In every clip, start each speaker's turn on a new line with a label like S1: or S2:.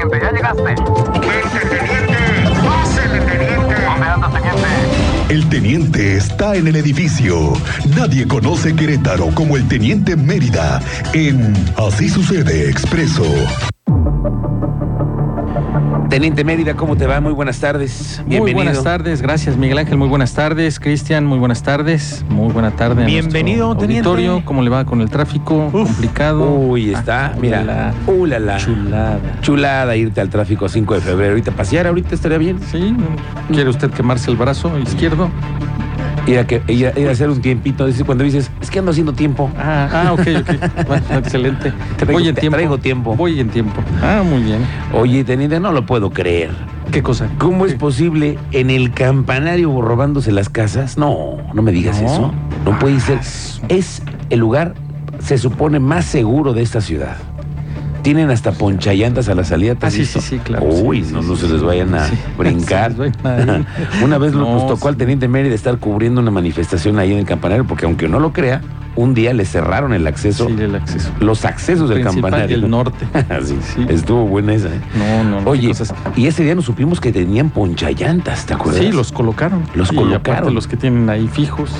S1: Contraste.
S2: ¡Vente, teniente! ¡Pásele, teniente!
S1: Bombeando, teniente.
S3: El teniente está en el edificio. Nadie conoce Querétaro como el teniente Mérida en Así sucede expreso.
S4: Teniente Mérida, ¿cómo te va? Muy buenas tardes. Bienvenido.
S5: Muy buenas tardes, gracias Miguel Ángel, muy buenas tardes, Cristian, muy buenas tardes, muy buena tarde. a
S6: Bienvenido,
S5: nuestro
S6: teniente.
S5: auditorio, ¿cómo le va con el tráfico?
S6: Uf.
S5: Complicado.
S4: Uy, está,
S5: Ah,
S4: mira,
S5: la
S4: uh, la, la.
S5: chulada.
S4: Oh, Chulada irte al tráfico 5 de febrero. Ahorita pasear, ahorita estaría bien.
S5: Sí, ¿quiere usted quemarse el brazo izquierdo?
S4: Ir a, que, ir a- ir a hacer un tiempito. Dice, cuando dices, es que ando haciendo tiempo.
S5: Ah, ah, ok, ok. Bueno, excelente.
S4: Traigo-
S5: voy en
S4: te-
S5: tiempo.
S4: traigo tiempo.
S5: Voy en tiempo. Ah, muy bien.
S4: Oye, teniente, no lo puedo creer.
S5: ¿Qué cosa?
S4: ¿Cómo es
S5: ¿Qué?
S4: posible en el campanario robándose las casas? No, no me digas
S5: No. Ah,
S4: eso. No puede ser. Es el lugar, se supone, más seguro de esta ciudad. Tienen hasta ponchallantas a la salida. ¿te
S5: Ah,
S4: has
S5: sí,
S4: visto?
S5: sí, sí, claro,
S4: Uy,
S5: sí,
S4: no,
S5: sí,
S4: no
S5: sí,
S4: se les
S5: sí.
S4: vayan a
S5: Sí,
S4: brincar.
S5: se les vayan a ir.
S4: Una vez
S5: No,
S4: nos tocó
S5: sí.
S4: al teniente Mary de estar cubriendo una manifestación ahí en el campanario, porque aunque no lo crea, un día le cerraron el acceso,
S5: Sí, el acceso.
S4: los accesos del
S5: Principal
S4: campanario. Ah,
S5: del norte.
S4: Sí,
S5: Sí.
S4: Estuvo buena esa. ¿eh?
S5: No, no, no.
S4: Oye,
S5: qué cosas.
S4: y ese día nos supimos que tenían ponchallantas, ¿te acuerdas?
S5: Sí, los colocaron.
S4: Los
S5: Y
S4: colocaron.
S5: aparte los que tienen ahí fijos.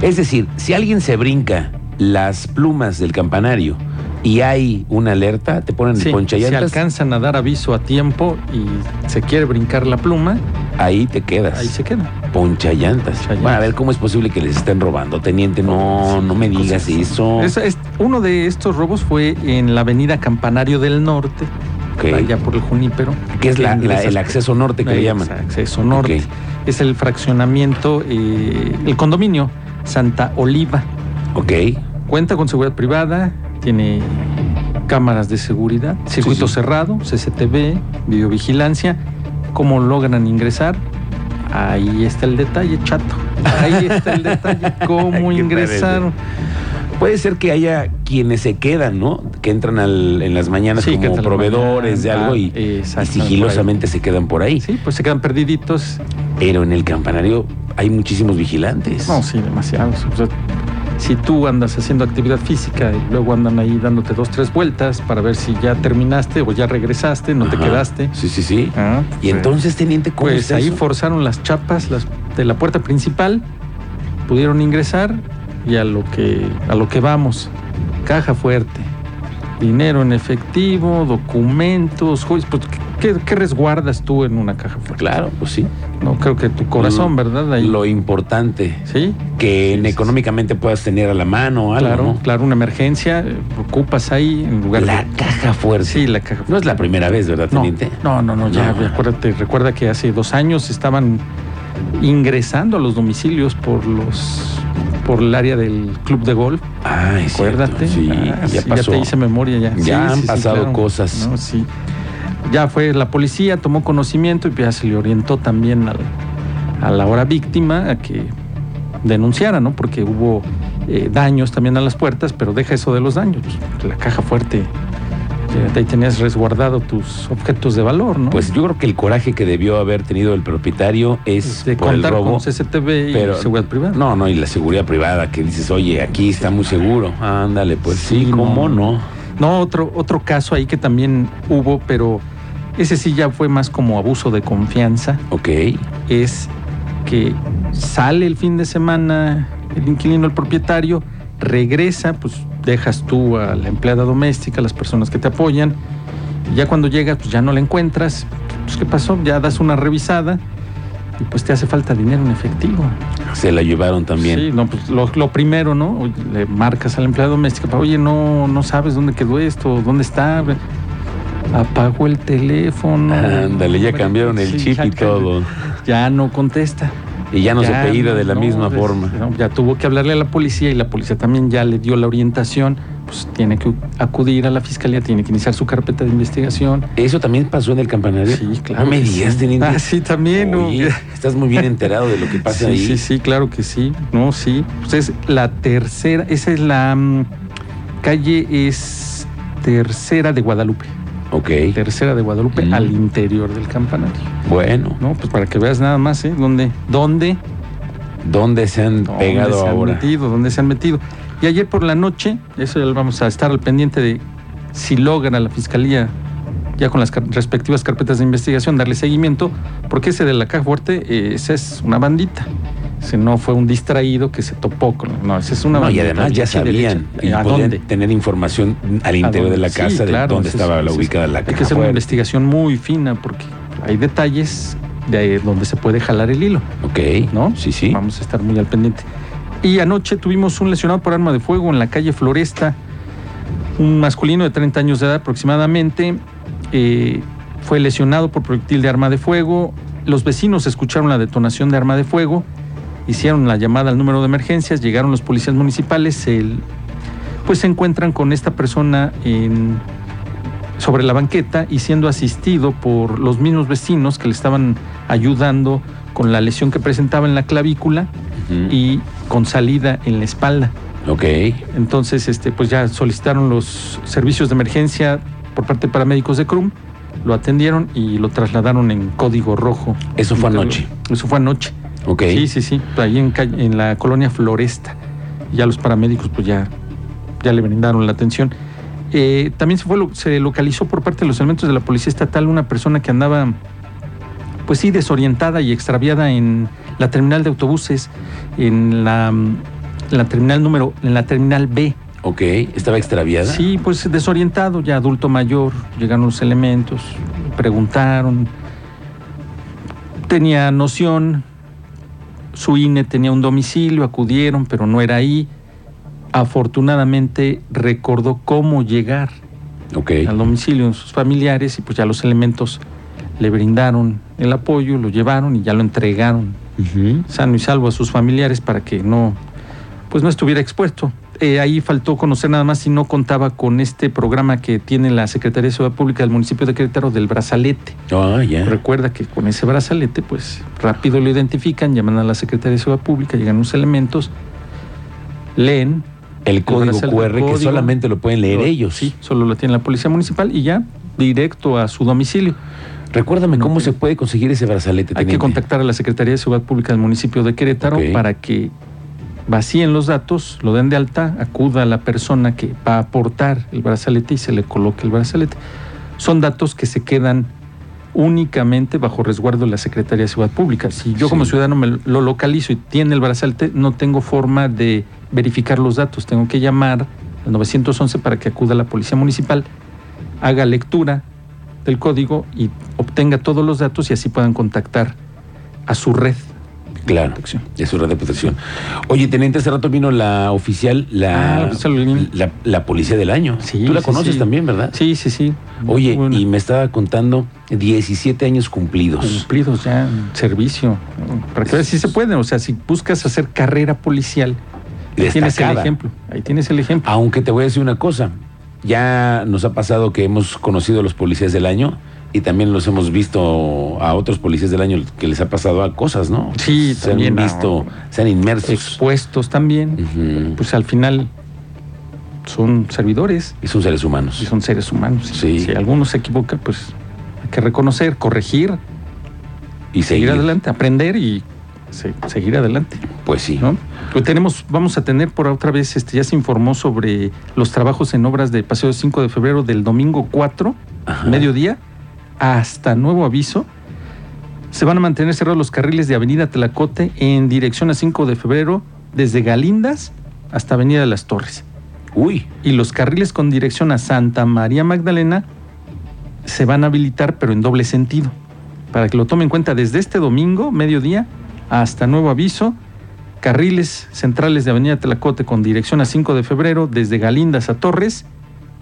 S4: Es decir, si alguien se brinca las plumas del campanario y hay una alerta, te ponen
S5: Sí, si
S4: ponchallantas,
S5: alcanzan a dar aviso a tiempo y se quiere brincar la pluma,
S4: ahí te quedas.
S5: ahí se queda.
S4: Ponchallantas.
S5: Ponchallantas.
S4: Bueno, a ver, ¿cómo es posible que les estén robando? Teniente, no,
S5: Sí,
S4: no me digas
S5: cosas.
S4: eso.
S5: Es- es- uno de estos robos fue en la avenida Campanario del Norte,
S4: Ok.
S5: allá por el Junípero.
S4: Que es la- la-
S5: ingresas-
S4: el acceso norte que
S5: Ahí,
S4: le llaman.
S5: Acceso norte.
S4: Ok.
S5: Es el fraccionamiento, eh, el condominio Santa Oliva.
S4: Ok.
S5: Cuenta con seguridad privada, tiene cámaras de seguridad, circuito
S4: sí.
S5: cerrado, CCTV, videovigilancia. ¿Cómo logran ingresar? Ahí está el detalle, chato. Ahí está el detalle, cómo
S4: ¿Qué
S5: ingresaron.
S4: eh, Puede ser que haya quienes se quedan, ¿no? Que entran al- en las mañanas
S5: Sí, que
S4: como
S5: entran en la
S4: proveedores de
S5: mañana, ah,
S4: algo y, y
S5: exactamente,
S4: sigilosamente se quedan por ahí.
S5: Sí, pues se quedan perdiditos.
S4: Pero en el campanario hay muchísimos vigilantes.
S5: No, sí, demasiados. O sea, si tú andas haciendo actividad física y luego andan ahí dándote dos, tres vueltas para ver si ya terminaste o ya regresaste, no te
S4: Ajá.
S5: quedaste.
S4: Sí, sí, sí.
S5: Ah,
S4: Y
S5: pues,
S4: entonces, teniente, ¿cómo
S5: Pues
S4: está
S5: ahí
S4: eso?
S5: forzaron las chapas las, de la puerta principal, pudieron ingresar y a lo que a lo que vamos, caja fuerte, dinero en efectivo, documentos, joyas, pues ¿qué, qué resguardas tú en una caja fuerte?
S4: Claro, pues sí.
S5: No creo que tu corazón, ¿verdad? Ahí.
S4: Lo importante
S5: sí.
S4: que
S5: Sí,
S4: en
S5: sí,
S4: económicamente puedas tener a la mano o algo,
S5: Claro,
S4: ¿no?
S5: claro, una emergencia, eh, ocupas ahí en lugar
S4: La
S5: de
S4: caja fuerte.
S5: Sí, la caja
S4: No es la primera vez, ¿verdad,
S5: No,
S4: teniente?
S5: no, no, no, ya,
S4: No.
S5: acuérdate, recuerda que hace dos años estaban ingresando a los domicilios por los por el área del club de golf,
S4: Ah, es cierto,
S5: acuérdate.
S4: Sí,
S5: Ah,
S4: ya
S5: sí,
S4: pasó.
S5: te hice memoria ya.
S4: Ya han pasado cosas.
S5: No, sí. Ya fue la policía, tomó conocimiento y pues ya se le orientó también al- a la hora víctima a que denunciara, ¿no? Porque hubo eh, daños también a las puertas, pero deja eso de los daños. Pues, La caja fuerte, eh, ahí tenías resguardado tus objetos de valor, ¿no?
S4: Pues yo creo que el coraje que debió haber tenido el propietario es
S5: de
S4: por el
S5: contar
S4: robo.
S5: con CCTV y
S4: pero-
S5: seguridad privada.
S4: No, no, y la seguridad privada que dices, oye, aquí está muy seguro. Ándale, pues sí,
S5: Sí,
S4: ¿cómo no?
S5: no. No, otro, otro caso ahí que también hubo, pero ese sí ya fue más como abuso de confianza,
S4: Ok.
S5: es que sale el fin de semana el inquilino, el propietario, regresa, pues dejas tú a la empleada doméstica, a las personas que te apoyan, y ya cuando llegas, pues ya no la encuentras, pues ¿qué pasó? Ya das una revisada y pues te hace falta dinero en efectivo.
S4: Se la llevaron también.
S5: Sí, no, pues lo, lo primero, ¿no? Oye, Le marcas a la empleada doméstica, pa, oye, no, no sabes dónde quedó esto, dónde está. Apagó el teléfono.
S4: Ándale, ya
S5: Hombre,
S4: cambiaron el
S5: sí,
S4: chip
S5: ya
S4: y
S5: cambió.
S4: todo.
S5: Ya no contesta.
S4: Y ya no se apellida de la
S5: no,
S4: misma
S5: pues,
S4: forma.
S5: no, ya tuvo que hablarle a la policía y la policía también ya le dio la orientación. Pues tiene que acudir a la fiscalía, tiene que iniciar su carpeta de investigación.
S4: ¿Eso también pasó en el campanario?
S5: Sí, claro.
S4: No me
S5: que
S4: digas,
S5: sí.
S4: teniente.
S5: Ah, sí, también. ¿no?
S4: Oye, estás muy bien enterado de lo que pasa
S5: sí,
S4: ahí.
S5: Sí, sí, claro que sí. No, sí. Pues es la tercera, esa es la mm, calle es tercera de Guadalupe.
S4: Ok.
S5: Tercera de Guadalupe
S4: Mm.
S5: al interior del campanario.
S4: Bueno,
S5: No, pues para que veas nada más, ¿eh? ¿Dónde? ¿Dónde?
S4: ¿dónde se han
S5: ¿Dónde
S4: pegado
S5: se
S4: ahora?
S5: han metido? ¿Dónde se han metido? Y ayer por la noche, eso ya lo vamos a estar al pendiente de si logra la fiscalía ya con las car- respectivas carpetas de investigación, darle seguimiento, porque ese de la caja fuerte, eh, esa es una bandita. Ese no fue un distraído que se topó con. No, esa es una
S4: No, y
S5: bandita,
S4: además ya
S5: derecha,
S4: sabían
S5: derecha.
S4: y
S5: ¿A
S4: podían
S5: dónde?
S4: tener información al
S5: ¿A
S4: interior de la
S5: dónde?
S4: casa
S5: Sí,
S4: de
S5: claro,
S4: dónde
S5: entonces,
S4: estaba la
S5: entonces,
S4: ubicada la
S5: Hay
S4: caja
S5: que hacer una
S4: fuerte.
S5: investigación muy fina porque hay detalles de ahí donde se puede jalar el hilo.
S4: Ok,
S5: ¿no?
S4: Sí, sí.
S5: Vamos a estar muy al pendiente. Y anoche tuvimos un lesionado por arma de fuego en la calle Floresta, un masculino de 30 años de edad aproximadamente, eh, fue lesionado por proyectil de arma de fuego. Los vecinos escucharon la detonación de arma de fuego, hicieron la llamada al número de emergencias, llegaron los policías municipales, el- pues se encuentran con esta persona en- sobre la banqueta y siendo asistido por los mismos vecinos que le estaban ayudando con la lesión que presentaba en la clavícula
S4: Ujú.
S5: y con salida en la espalda.
S4: Ok.
S5: Entonces, este, pues ya solicitaron los servicios de emergencia por parte de paramédicos de CRUM, lo atendieron y lo trasladaron en código rojo.
S4: Eso fue anoche.
S5: Eso fue anoche.
S4: Ok.
S5: Sí, sí, sí, ahí en, calle- en la colonia Floresta. Ya los paramédicos, pues ya, ya le brindaron la atención. Eh, también se, fue, lo- se localizó por parte de los elementos de la Policía Estatal una persona que andaba, pues sí, desorientada y extraviada en la terminal de autobuses, en la, mm, la terminal número, en la terminal B.
S4: Ok. Estaba extraviada.
S5: Sí, pues desorientado, ya adulto mayor, llegaron los elementos, preguntaron, tenía noción, su INE tenía un domicilio, acudieron, pero no era ahí. Afortunadamente recordó cómo llegar
S4: Ok.
S5: al domicilio de sus familiares y pues ya los elementos le brindaron el apoyo, lo llevaron y ya lo entregaron
S4: Ujú.
S5: sano y salvo a sus familiares para que no, pues no estuviera expuesto. Eh, ahí faltó conocer nada más si no contaba con este programa que tiene la Secretaría de Seguridad Pública del municipio de Querétaro del brazalete.
S4: Ah, ya.
S5: Recuerda que con ese brazalete, pues rápido lo identifican, llaman a la Secretaría de Seguridad Pública, llegan unos elementos, leen.
S4: El código
S5: brazalete,
S4: QR
S5: código,
S4: que solamente lo pueden leer
S5: lo-
S4: ellos.
S5: Sí, solo lo tiene la Policía Municipal y ya directo a su domicilio.
S4: Recuérdame
S5: No,
S4: cómo
S5: sí.
S4: se puede conseguir ese brazalete.
S5: Hay que
S4: teniente.
S5: contactar a la Secretaría de Seguridad Pública del municipio de Querétaro
S4: Ok.
S5: para que vacíen los datos, lo den de alta, acuda a la persona que va a aportar el brazalete y se le coloque el brazalete. Son datos que se quedan únicamente bajo resguardo de la Secretaría de Seguridad Pública. Si yo
S4: Sí.
S5: como ciudadano me lo localizo y tiene el brazalete, no tengo forma de verificar los datos. Tengo que llamar al 911 para que acuda la Policía Municipal, haga lectura del código y obtenga todos los datos y así puedan contactar a su red.
S4: Claro.
S5: protección.
S4: Es su red de protección. Oye, teniente, hace rato vino la oficial,
S5: Ah,
S4: la,
S5: la oficial Olguín.
S4: la, la policía del año.
S5: Sí,
S4: Tú la
S5: sí,
S4: conoces
S5: sí.
S4: también, ¿verdad?
S5: Sí, sí, sí.
S4: Oye,
S5: Bueno,
S4: y me estaba contando 17 años cumplidos.
S5: cumplidos ya en servicio. Para que veas si se puede. O sea, si buscas hacer carrera policial, ahí tienes el
S4: Destacada.
S5: ejemplo. Ahí tienes el ejemplo.
S4: Aunque te voy a decir una cosa, ya nos ha pasado que hemos conocido a los policías del año y también los hemos visto a otros policías del año que les ha pasado a cosas, ¿no?
S5: Sí,
S4: se
S5: también,
S4: han visto, se han inmersos.
S5: Expuestos también.
S4: Ujú.
S5: Pues al final son servidores
S4: Y son seres humanos.
S5: y son seres humanos.
S4: Sí.
S5: Si alguno se equivoca, pues hay que reconocer, corregir,
S4: y
S5: seguir
S4: seguir
S5: adelante, aprender y se- seguir adelante.
S4: Pues sí.
S5: ¿no? Pues tenemos, vamos a tener por otra vez, este, ya se informó sobre los trabajos en obras de Paseo 5 de febrero del domingo 4,
S4: Ajá.
S5: mediodía, hasta nuevo aviso. Se van a mantener cerrados los carriles de Avenida Telacote en dirección a 5 de febrero, desde Galindas hasta Avenida de las Torres.
S4: Uy,
S5: Y los carriles con dirección a Santa María Magdalena se van a habilitar, pero en doble sentido. Para que lo tomen en cuenta desde este domingo, mediodía, hasta nuevo aviso. Carriles centrales de Avenida Telacote con dirección a 5 de febrero, desde Galindas a Torres,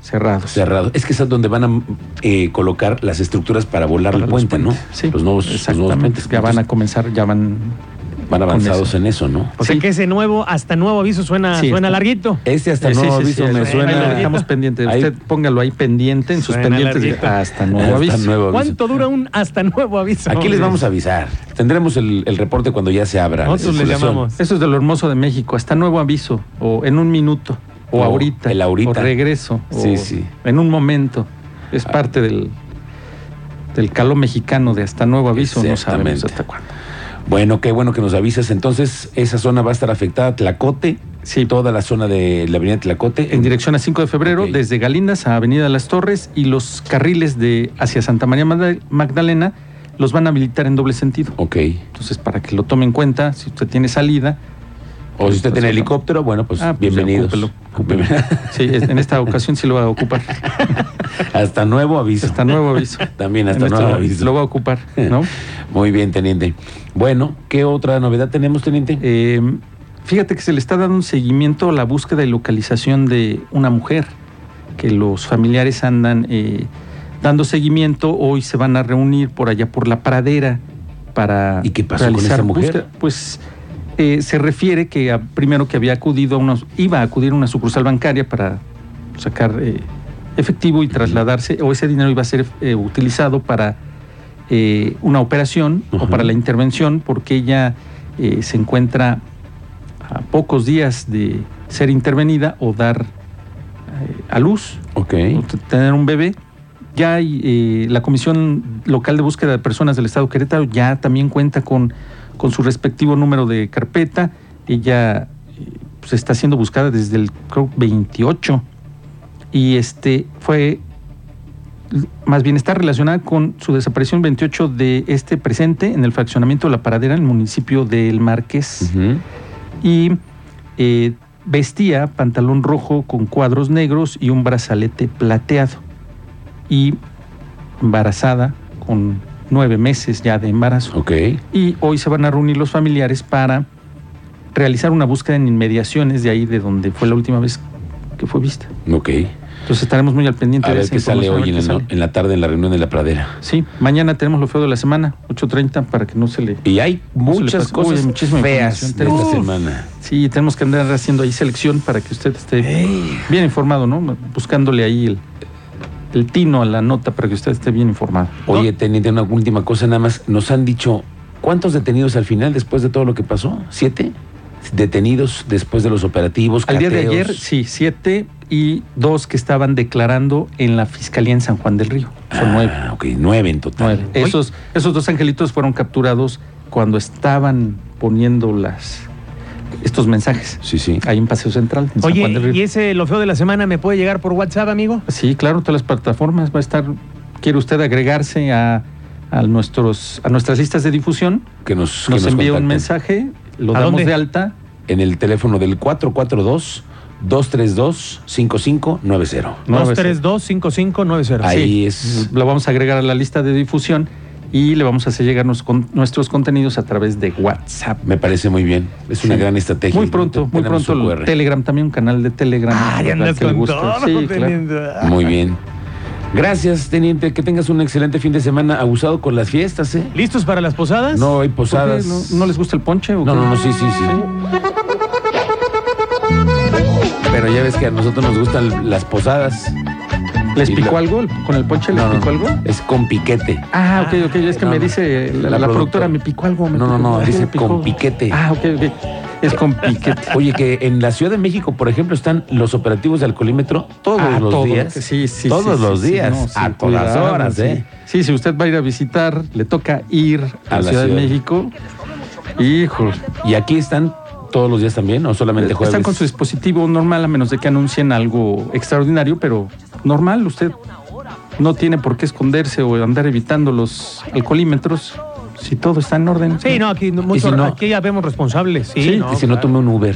S5: cerrados.
S4: cerrado. Es que es donde van a eh, colocar las estructuras para volar
S5: Para
S4: el
S5: los
S4: puente, ¿no?
S5: puentes. Sí,
S4: Los nuevos, los
S5: exactamente.
S4: nuevos puentes.
S5: Ya van a
S4: Entonces,
S5: comenzar, ya van. pues
S4: van
S5: con
S4: avanzados
S5: eso.
S4: en eso, ¿no?
S1: O sea
S5: Sí.
S1: que ese nuevo, hasta nuevo aviso suena,
S5: Sí,
S1: suena
S5: está-
S1: larguito.
S4: Este hasta
S5: Eh, sí,
S4: nuevo
S5: sí, sí,
S4: aviso me
S5: ahí- Ahí lo
S4: suena.
S5: dejamos pendiente.
S4: Ahí-
S5: Usted póngalo ahí pendiente en sus
S1: Suena
S5: pendientes. de-
S1: larguito.
S5: hasta nuevo
S4: Hasta
S5: aviso.
S4: nuevo aviso.
S1: ¿Cuánto dura un hasta nuevo aviso?
S4: Aquí les vamos a avisar. Tendremos el, el reporte cuando ya se abra. la
S1: Nosotros les
S4: circulación.
S1: llamamos.
S5: Eso es de lo hermoso de México. Hasta nuevo aviso. O en un minuto. O,
S4: O
S5: ahorita.
S4: el ahorita.
S5: O regreso.
S4: Sí,
S5: o
S4: sí. Ah.
S5: En un momento. Es parte del, del calor mexicano de hasta nuevo aviso. No sabemos
S4: Exactamente.
S5: hasta cuándo.
S4: Bueno, qué bueno que nos avisas. Entonces, esa zona va a estar afectada. Tlacote,
S5: Sí.
S4: toda la zona de la avenida Tlacote.
S5: En dirección a 5 de febrero,
S4: Ok.
S5: desde Galindas a Avenida Las Torres y los carriles de hacia Santa María Magda- Magdalena los van a habilitar en doble sentido.
S4: Ok.
S5: Entonces, para que lo tome en cuenta, si usted tiene salida,
S4: O si usted tiene
S5: Entonces,
S4: helicóptero, bueno, pues
S5: Pues Ah, pues,
S4: bienvenidos.
S5: ya, ocúpelo. sí, es- en esta ocasión sí lo va a ocupar.
S4: hasta nuevo aviso.
S5: Hasta nuevo aviso.
S4: También hasta
S5: En esto
S4: nuevo
S5: lo-
S4: aviso.
S5: Lo va a ocupar, ¿no?
S4: Muy bien, teniente. Bueno, ¿qué otra novedad tenemos, teniente?
S5: Eh, fíjate que se le está dando un seguimiento a la búsqueda y localización de una mujer, que los familiares andan eh, dando seguimiento. Hoy se van a reunir por allá por la pradera para
S4: ¿Y qué pasó con esa mujer?
S5: Pues eh, se refiere que a- primero que había acudido a unos, iba a acudir a una sucursal bancaria para sacar eh, efectivo y trasladarse, o ese dinero iba a ser eh, utilizado para eh, una operación
S4: Ajá.
S5: o para la intervención, porque ella eh, se encuentra a pocos días de ser intervenida o dar eh, a luz,
S4: ok.
S5: o t- tener un bebé. Ya hay, eh, la Comisión Local de Búsqueda de Personas del Estado de Querétaro ya también cuenta con, con su respectivo número de carpeta. Ella eh, pues, está siendo buscada desde el creo, 28 y este fue l- más bien está relacionada con su desaparición 28 de este presente en el fraccionamiento de la paradera en el municipio del Márquez
S4: Ujú.
S5: y eh, vestía pantalón rojo con cuadros negros y un brazalete plateado. Y embarazada con nueve meses ya de embarazo.
S4: Ok.
S5: Y hoy se van a reunir los familiares para realizar una búsqueda en inmediaciones de ahí de donde fue la última vez que fue vista.
S4: Ok.
S5: Entonces estaremos muy al pendiente
S4: A
S5: de
S4: ver
S5: esa
S4: qué sale
S5: información,
S4: hoy en,
S5: a ver
S4: la,
S5: qué
S4: no-
S5: sale.
S4: en la tarde en la reunión de la pradera.
S5: Sí, mañana tenemos lo feo de la semana, 8.30, para que no se le...
S4: Y hay
S5: No se le
S4: muchas
S5: pasa- Uy,
S4: cosas
S5: muchísima
S4: feas
S5: información.
S4: de esta
S5: Uf.
S4: semana.
S5: Sí, tenemos que andar haciendo ahí selección para que usted esté bien informado, ¿no? Buscándole ahí el, el tino a la nota para que usted esté bien informado.
S4: Oye, teniente, una última cosa nada más. Nos han dicho, ¿cuántos detenidos al final después de todo lo que pasó? ¿Siete? Detenidos después de los operativos.
S5: Al día de
S4: cateos.
S5: ayer, sí, siete y dos que estaban declarando en la Fiscalía en San Juan del Río. Son nueve.
S4: Ah, ok, nueve en total.
S5: Nueve. Esos, esos dos angelitos fueron capturados cuando estaban poniendo las, estos mensajes
S4: Sí, sí.
S5: ahí en Paseo Central, en San Juan del
S1: Oye,
S5: Río.
S1: ¿y ese lo feo de la semana me puede llegar por WhatsApp, amigo?
S5: Sí, claro, todas las plataformas va a estar. ¿Quiere usted agregarse a, a nuestros, a nuestras listas de difusión?
S4: Que nos, Pues que
S5: Nos, envía
S4: contacten.
S5: un mensaje, lo
S1: ¿A
S5: damos
S1: dónde?
S5: de alta.
S4: En el teléfono del 442-232-5590.
S5: No, pues, ese-
S1: 232-5590.
S4: Ahí
S5: sí,
S4: es.
S5: Lo vamos a agregar a la lista de difusión y le vamos a hacer llegar nos- con- nuestros contenidos a través de WhatsApp.
S4: Me parece muy bien. Es una
S5: Sí.
S4: gran estrategia.
S5: Muy pronto, muy
S4: Tenemos
S5: pronto.
S4: un
S5: el
S4: QR.
S5: Telegram también, un canal de Telegram.
S1: Ah, ya
S5: ¿verdad?
S1: andas
S5: que le
S1: con
S5: guste.
S1: todo, Ah,
S5: Sí, claro.
S1: teniente.
S4: Muy bien. Gracias, teniente. Que tengas un excelente fin de semana. Abusado con las fiestas, ¿eh?
S1: ¿Listos para las posadas?
S4: No hay
S5: ¿Por qué?
S4: posadas.
S5: ¿No, no les gusta el ponche? o
S4: No,
S5: qué?
S4: no, no, sí, sí, sí. Pero ya ves que a nosotros nos gustan las posadas.
S5: ¿Les
S4: Y
S5: picó
S4: la-
S5: algo? ¿Con el ponche les
S4: No, no,
S5: picó algo?
S4: Es con piquete.
S5: Ah, ok, ok. Es que
S4: No,
S5: me
S4: no.
S5: dice
S4: La
S5: la, la
S4: productora.
S5: productora, me picó algo. me
S4: No, no,
S5: picó-
S4: no,
S5: ¿qué
S4: dice
S5: le picó?
S4: con piquete.
S5: Ah, ok, ok. Es con piquete.
S4: Oye, que en la Ciudad de México, por ejemplo, están los operativos de alcoholímetro todos
S5: Ah,
S4: los
S5: todo,
S4: días.
S5: Sí, sí,
S4: Todos
S5: sí,
S4: los
S5: sí, sí,
S4: días,
S5: no, sí,
S4: a todas
S5: cuidado,
S4: horas,
S5: sí.
S4: ¿eh?
S5: Sí, si usted va a ir a visitar, le toca ir a, la Ciudad, de México. Hijo,
S4: Y aquí están todos los días también, o solamente jueves.
S5: están con su dispositivo normal, a menos de que anuncien algo extraordinario, pero normal, usted no tiene por qué esconderse o andar evitando los alcoholímetros si todo está en orden.
S1: Sí, no, aquí, no- mucho-
S4: si no?
S1: aquí ya vemos responsables. Sí,
S5: Sí,
S1: no,
S4: Y si no, tome un Uber.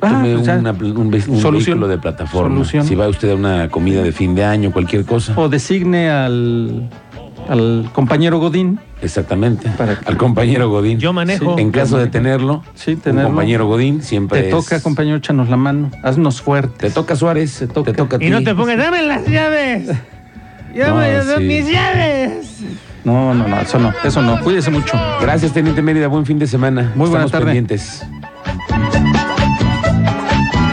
S5: Ah,
S4: Tome
S5: o sea,
S4: una pl- un, ve- un
S5: solución.
S4: vehículo de plataforma.
S5: Solución. Oh.
S4: Si va usted a una comida de fin de año, cualquier cosa.
S5: O designe al, al compañero Godín.
S4: Exactamente.
S5: Para que-
S4: Al compañero Godín.
S1: Yo manejo.
S4: en caso de tenerlo,
S5: Sí,
S4: un
S5: tenerlo.
S4: compañero Godín siempre
S5: Te
S4: es-
S5: toca, compañero, échanos la mano. Haznos fuerte.
S4: Te toca Suárez, te toca,
S5: toca.
S4: a
S1: Y no
S4: ti.
S1: te pongas, dame las llaves. Dame
S4: No, sí.
S1: mis llaves.
S5: No, no, no, eso no, eso no. Cuídese mucho.
S4: Gracias, Teniente Mérida. Buen fin de semana.
S5: Muy buena
S4: Estamos
S5: tarde.
S4: pendientes.